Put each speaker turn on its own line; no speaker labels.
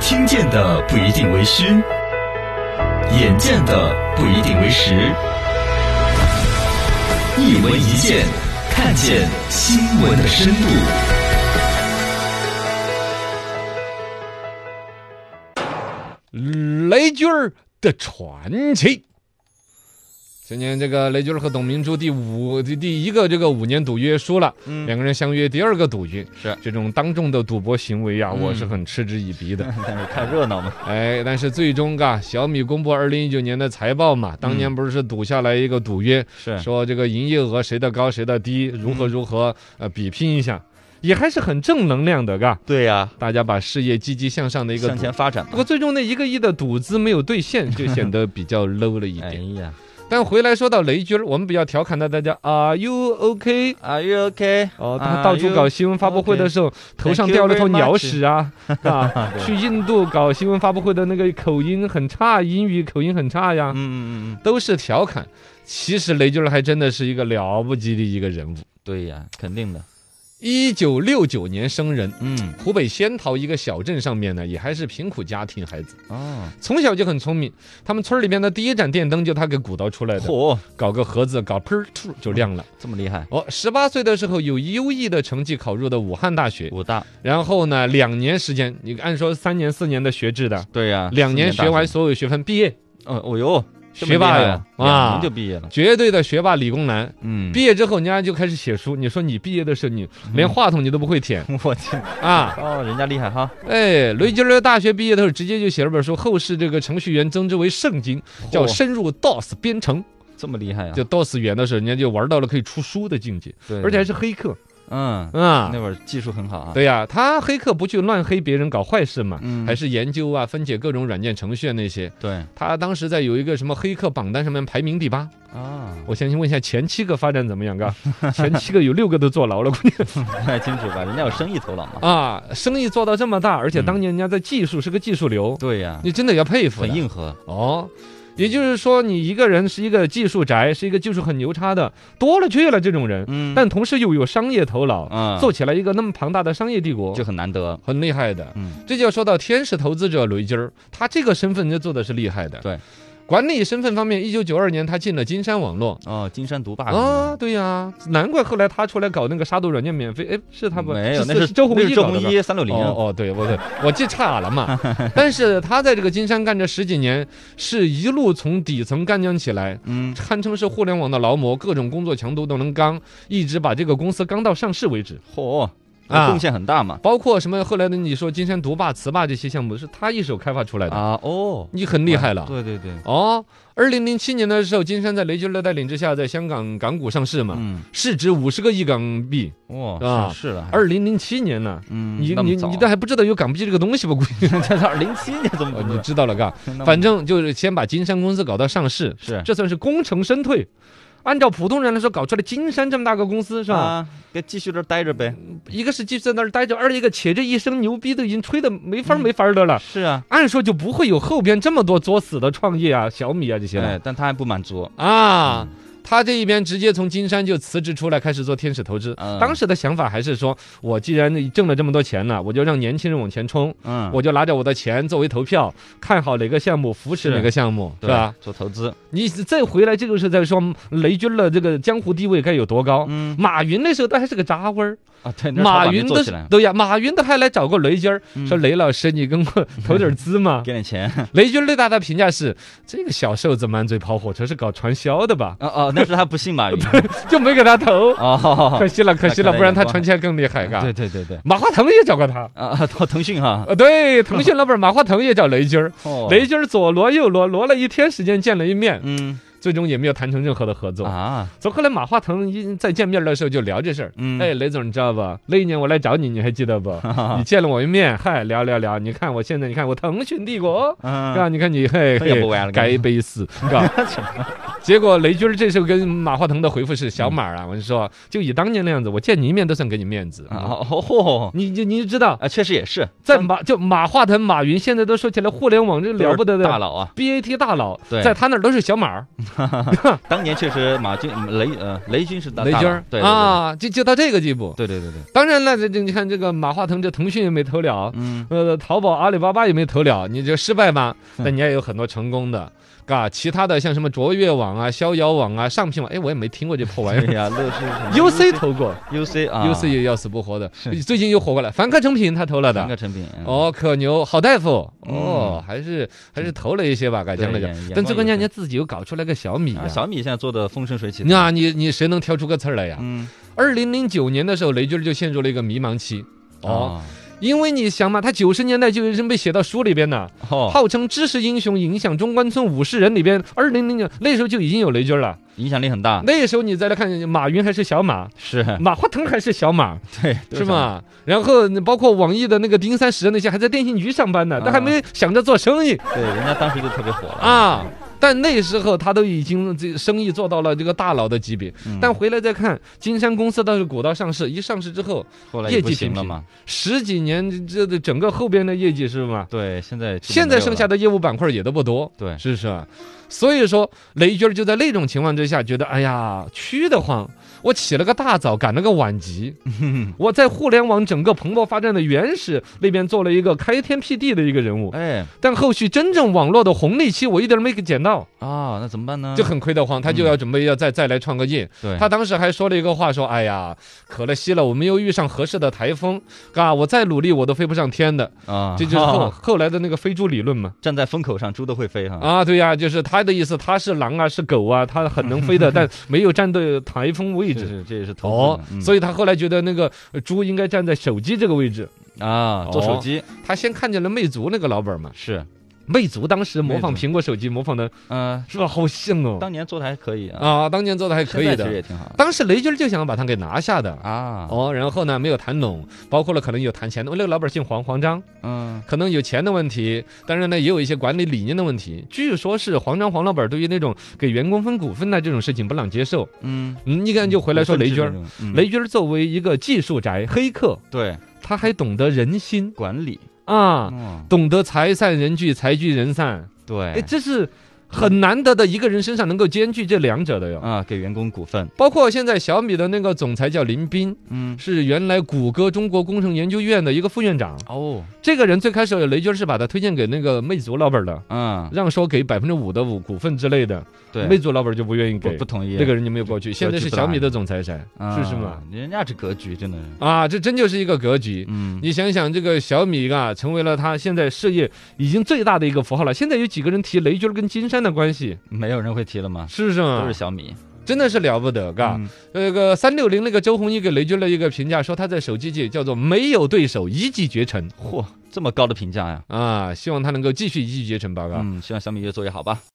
听见的不一定为虚，眼见的不一定为实。一文一见，看见新闻的深度。
雷军儿的传奇。今年这个雷军儿和董明珠第五第第一个这个五年赌约输了，
嗯
两个人相约第二个赌约。
是
这种当众的赌博行为啊，
嗯
我是很嗤之以 鼻的。
但是看热闹嘛，
哎，但是最终啊，小米公布二零一九年的财报
嗯
嘛，当年不是赌下来一个赌约，
是
说这个营业额谁的高谁的低，如
嗯
何如何，呃，比拼一下，也还是很正能量的，嘎。
对呀、
大家把事业积极向上的一个
向
赌
前发展
不
嘛
过。最终那一个亿的赌资没有兑现，就显得比较 low 了一
哎
点。
呀
但回来说到雷军儿，我们比较调侃的，大家啊，you OK？
，Are you OK？
哦，他到处搞新闻发布会的时候，头上
Thank you
掉了坨
very much
鸟屎啊！ 啊，去印度搞新闻发布会的那个口音很差，英语口音很差呀
嗯，嗯嗯嗯，
都是调侃。其实雷军儿还真的是一个了不起的一个人物，
对呀、肯定的。
一九六九年生人，
嗯，
湖北仙桃一个小镇上面呢，也还是贫苦家庭孩子。
哦，
从小就很聪明，他们村儿里面的第一盏电灯就他给鼓捣出来的，
嚯，
搞个盒子，搞喷儿突就亮了。
这么厉害！
哦，十八岁的时候有优异的成绩考入的武汉大学，
武大，
然后呢，两年时间，你按说三年四年的学制的，
对呀、
两年
四大
学完
学，
所有学分毕业，
哦，哦呦，这么
学霸
厉害
呀
两
啊
年就，毕业了。
绝对的学霸理工男。
嗯，
毕业之后，人家就开始写书。你说你毕业的时候，你连话筒你都不会舔
我天，
啊？
哦，人家厉害哈，
哎，雷吉勒大学毕业的时候，直接就写了本书，后世这个程序员称之为圣经，叫《
嚯
深入 DOS 编程》。
这么厉害呀、
就 DOS 远的时候，人家就玩到了可以出书的境界，
对，
而且还是黑客
嗯，
啊
那。会儿技术很好啊。
对呀、他黑客不去乱黑别人搞坏事嘛，
嗯
还是研究啊、分解各种软件程序啊那些。
对
他当时在有一个什么黑客榜单上面排名第八，
啊，
我先问一下前七个发展怎么样？嘎， 前七个有六个都坐牢了，估计
不太清楚吧？人家有生意头脑嘛。
啊，生意做到这么大，而且
嗯
当年人家在技术是个技术流，嗯
对呀、
你真的要佩服
很
的
硬核。
哦。也就是说，你一个人是一个技术宅，是一个技术很牛叉的，多了去了这种人，
嗯
但同时又有商业头脑，
啊，
做起来一个那么庞大的商业帝国，
就很难得。
很厉害的。
嗯，
这就要说到天使投资者雷军儿，他这个身份就做的是厉害的。
对，
管理身份方面，一九九二年他进了金山网络。
哦，金山独霸什么的
啊，对呀、难怪后来他出来搞那个杀毒软件免费，哎，是他不？
没有，那是
周鸿
那
祎
是周
搞的
鸿
吧。
祎三六零。
哦哦，对，我对我记差 了嘛。但是他在这个金山干这十几年，是一路从底层干将起来，
嗯，
堪称是互联网的劳模，各种工作强度都能刚，一直把这个公司刚到上市为止。
嚯，
啊
贡献很大嘛。
包括什么后来的你说金山独霸、词霸这些项目，是他一手开发出来的，
啊哦，
你很厉害了。
对对对，
哦，二零零七年的时候，金山在雷军的带领之下，在香港港股上市嘛，
嗯，
市值五十个亿港币。
哇，
啊
上市了还，
二零零七年呢，
哎嗯，
你
那么
你
早
你这还不知道有港币这个东西吧？估 计
这到零七年怎
哦
么
你
不
知道了嘎。反正就是先把金山公司搞到上市，
是
这算是功成身退。按照普通人来说，搞出来金山这么大个公司是吧？
啊，该继续这儿待着呗。
一个是继续在那儿待着，二一个且这一声牛逼都已经吹的没
嗯
法儿没法儿的了。
是啊，
按说就不会有后边这么多作死的创业啊、小米啊这些
哎
了，
但他还不满足，
啊。他这一边直接从金山就辞职出来，开始做天使投资。
嗯
当时的想法还是说，我既然挣了这么多钱了，我就让年轻人往前冲，
嗯，
我就拿着我的钱作为投票，看好哪个项目，扶持
是
哪个项目，是
对
吧？？
做投资，
你再回来，这个是在说雷军的这个江湖地位该有多高。
嗯
马云那时候他还是个渣味儿，
啊，对，那是他
马
把
云
没做起
的
来，
对呀，马云都还来找过雷军儿，
嗯
说雷老师，你跟我投 点资嘛。
给点钱
雷军对他的评价是：这个小瘦子满嘴跑火车是搞传销的吧？
哦哦，那是他不信 马云
就没给他投，
哦
可， 惜了，可惜了，
看来
不然他
眼光
传起来更厉害，嘎
对。对对对，
马化腾也找过他，
啊啊，腾腾讯哈，
呃，对，腾讯老板马化腾也找雷军儿，
哦
雷军儿左挪右挪，挪了一天时间见了一面，
嗯
最终也没有谈成任何的合作。
啊，
所以后来马化腾一再见面的时候就聊这事儿。
嗯，
哎，雷总，你知道吧？那一年我来找你，你还记得不？你见了我一面，嗨，聊聊聊。你看我现在，你看我腾讯帝国，
嗯，
啊，你看你，嘿，
那也
嘿
不玩了，嗯
该背死，是 吧？结果雷军儿这时候跟马化腾的回复是：“小马儿啊，我跟你说，就以当年那样子，我见你一面都算给你面子。
嗯
嗯
啊嗯哦吼，
你你你知道，
啊，确实也是，
在马就马化腾、马云现在都说起来互联网这了不得
大
的
佬啊，
BAT 大佬，
对
在他那儿都是小马儿，
当年确实马军雷呃雷军是大
雷军儿
对对对
啊，就就到这个地步。
对对对对，
当然了，这这你看这个马化腾，这腾讯也没投了，
嗯
呃，淘宝、阿里巴巴也没投了，你这失败吧？但你也有很多成功的，嘎，其他的像什么卓越网啊、逍遥网啊、上品网，哎，我也没听过这破玩意
对哎
儿。
呀，乐视 什么
UC 投过
UC 啊
，UC 也要死不活的，最近又火过来，凡客诚品他投了
三
的
个。成品，嗯
哦，可牛，好大夫，哦
嗯，
还是还是投了一些吧，改
对
讲了讲
眼。眼
但
光
最关键，
有
人家自己又搞出来个小米
啊
啊。
小米现在做的风生水起，
那你你谁能挑出个刺儿来呀？
嗯
二零零九年的时候，雷军就陷入了一个迷茫期。哦，
啊
因为你想嘛，他九十年代就已经被写到书里边了，
哦，
号称知识英雄，影响中关村五十人里边，二零零九那时候就已经有雷军了。
影响力很大，
那时候你再来看马云还是小马，
是
马化腾还是小马，
对
是？吗？然后包括网易的那个丁三十那些还在电信局上班呢，
啊
但还没想着做生意
对，人家当时就特别火了，
啊。但那时候他都已经这生意做到了这个大佬的级别，
嗯
但回来再看金山公司倒是股道上市，一上市之后，
后来
业
也不
绩
行
平
了
平
嘛，
十几年这这整个后边的业绩是吗？
对，现在基本
现
没
在
有
剩下
了
的业务板块也都不多，
对
是不是啊？所以说雷军儿就在那种情况之下，觉得哎呀，屈得慌。我起了个大早，赶了个晚 集，我在互联网整个蓬勃发展的原始那边做了一个开天辟地的一个人物，
哎
但后续真正网络的红利期，我一点儿没给捡到，
啊，那怎么办呢？
就很亏得慌。他就要准备要再再来创个业，
嗯对，
他当时还说了一个话，说：“哎呀，可了惜了，我没有遇上合适的台风，嘎，我再努力我都飞不上天的。”
啊，
这就是 后、后来的那个飞猪理论嘛。
站在风口上，猪都会飞哈。
啊，对呀、就是他的意思，他是狼啊，是狗啊，他很能 飞的，但没有站对台风位
这
置。
是这嗯也是投
哦
资呢，
所以他后来觉得那个呃猪应该站在手机这个位置。
以啊，做手机
他先看见了魅族那个老板嘛，
是，
魅族当时模仿
魅族
苹果手机模仿的
嗯，
是吧，好像哦。
当年做的还可以啊，
啊，当年做的还可以
现在其实
的。
也挺好
当时雷军就想把他给拿下的。
啊。
哦，然后呢，没有谈拢，包括了可能有谈钱的，那个老板姓黄，黄章，
嗯，
可能有钱的问题，当然呢，也有一些管理理念的问题。据说是黄章黄老板对于那种给员工分股份呐这种事情不朗接受，
嗯，
嗯，你看就回来说雷军儿，
股份制那种，嗯
雷军儿作为一个技术宅黑客，
对
他还懂得人心
管理，
啊，
嗯，
懂得财散人聚，财聚人散，哎，
对，
这是很难得的一个人身上能够兼具这两者的哟。
啊，给员工股份，
包括现在小米的那个总裁叫林斌，
嗯，
是原来谷歌中国工程研究院的一个副院长。
哦，
这个人最开始雷军是把他推荐给那个魅族老板的，
嗯，
让说给百分之五的五股份之类的，
对，
魅族老板就不愿意
不
给
不，同意
这个人就没有过去。现在
格局
是
不
小
大
米的总裁噻，是是吗？？
啊人家这格局真的是，
啊，这真就是一个格局。
嗯，
你想想，这个小米啊，成为了他现在事业已经最大的一个符号了。现在有几个人提雷军跟金山的关系，
没有人会提了吗？
是不是
都
嘛
是？小米，
真的是了不得，嘎。
嗯
那个三六零那个周鸿祎给雷军了一个评价，说他在手机界叫做没有对手，一骑绝尘
嚯，这么高的评价呀！
啊，希望他能够继续一骑绝尘吧，嘎。
嗯，希望小米越做越好吧。